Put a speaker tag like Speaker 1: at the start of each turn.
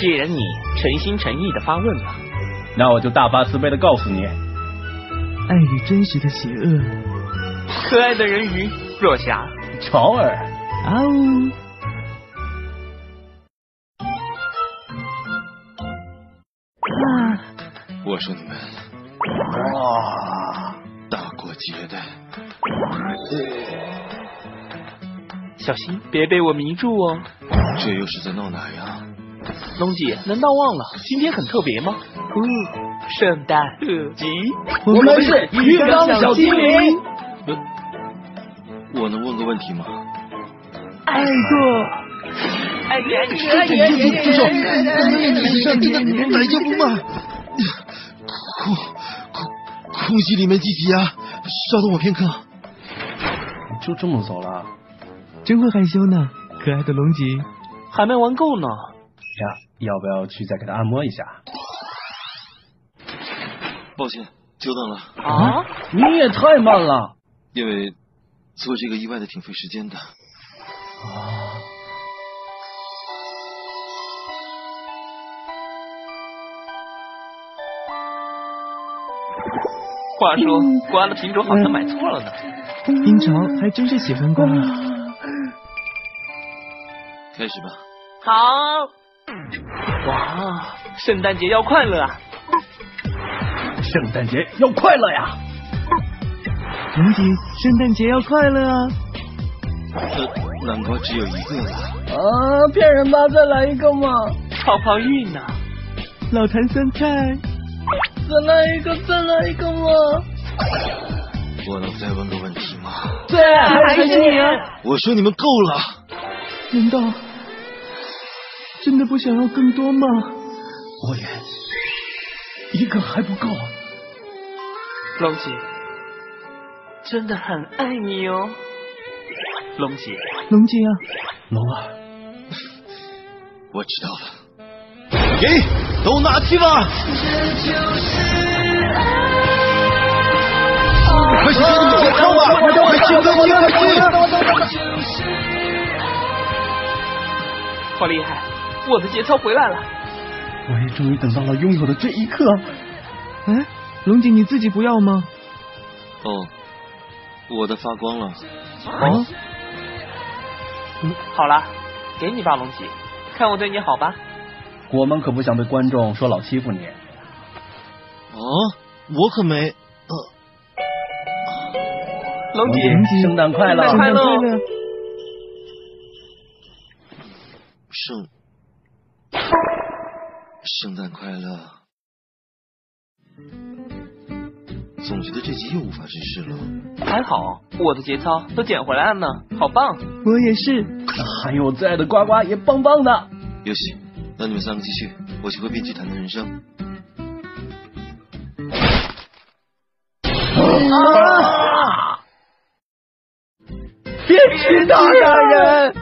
Speaker 1: 既然你诚心诚意的发问了，
Speaker 2: 那我就大发慈悲的告诉你，
Speaker 3: 爱与真实的邪恶。
Speaker 1: 可爱的人鱼若霞，
Speaker 2: 潮儿。
Speaker 3: 啊呜！
Speaker 4: 我说你们
Speaker 2: 哇，
Speaker 4: 大过节的，
Speaker 1: 小心别被我迷住哦。
Speaker 4: 这又是在闹哪样？
Speaker 1: 龙姐，难道忘了今天很特别吗？嗯，圣诞特辑，
Speaker 2: 我们是鱼缸小精灵。
Speaker 4: 我能问个问题吗？
Speaker 3: 爱过，
Speaker 1: 哎，别
Speaker 4: 住住住！你上这个你们来要不嘛？空空空气里面积极啊！稍等我片刻。
Speaker 2: 就这么走了？
Speaker 3: 真会害羞呢，可爱的龙吉。
Speaker 1: 还没玩够呢。
Speaker 2: 呀，要不要去再给他按摩一下？
Speaker 4: 抱歉，久等了，
Speaker 1: 啊，
Speaker 2: 你也太慢了。
Speaker 4: 因为做这个意外的挺费时间的。
Speaker 1: 话说刮了苹果好像买错了呢。
Speaker 3: 英潮还真是喜欢瓜啊。
Speaker 4: 开始吧。
Speaker 1: 好，哇，圣诞节要快乐啊！
Speaker 2: 圣诞节要快乐呀！
Speaker 3: 龙吉，圣诞节要快乐啊！
Speaker 4: 呃，南瓜只有一个了。
Speaker 2: 啊，骗人吧！再来一个嘛！
Speaker 1: 泡泡浴呢？
Speaker 3: 老坛酸菜，
Speaker 2: 再来一个，再来一个嘛！
Speaker 4: 我能再问个问题吗？
Speaker 2: 对，
Speaker 3: 啊
Speaker 2: 还是你
Speaker 4: 我说你们够了，
Speaker 3: 难道真的不想要更多吗？
Speaker 2: 我也一个还不够。
Speaker 1: 龙姐，真的很爱你哦。龙姐，
Speaker 3: 龙吉啊，
Speaker 2: 龙儿，
Speaker 4: 我知道了。给，都拿去吧。快去，你别看我，快去，快去，快去！
Speaker 1: 好厉害！我的节操回来了。
Speaker 2: 我也终于等到了拥有的这一刻。
Speaker 3: 哎，龙吉你自己不要吗？
Speaker 4: 哦，我的发光了。
Speaker 3: 啊，
Speaker 1: 哦嗯好啦，给你吧，龙姐，看我对你好吧。
Speaker 2: 我们可不想被观众说老欺负你。
Speaker 4: 哦，我可没。呃，
Speaker 1: 龙姐，
Speaker 3: 龙吉，
Speaker 2: 圣诞快乐！
Speaker 3: 圣
Speaker 1: 快
Speaker 3: 诞
Speaker 1: 乐
Speaker 3: 快乐！
Speaker 4: 圣圣诞快乐。总觉得这集又无法直视了。
Speaker 1: 还好我的节操都捡回来了呢，好棒！
Speaker 3: 我也是，
Speaker 2: 还有我最爱的呱呱也棒棒的。
Speaker 4: 游戏，那你们三个继续，我去和编剧谈谈人生。
Speaker 2: 啊别吃他大人！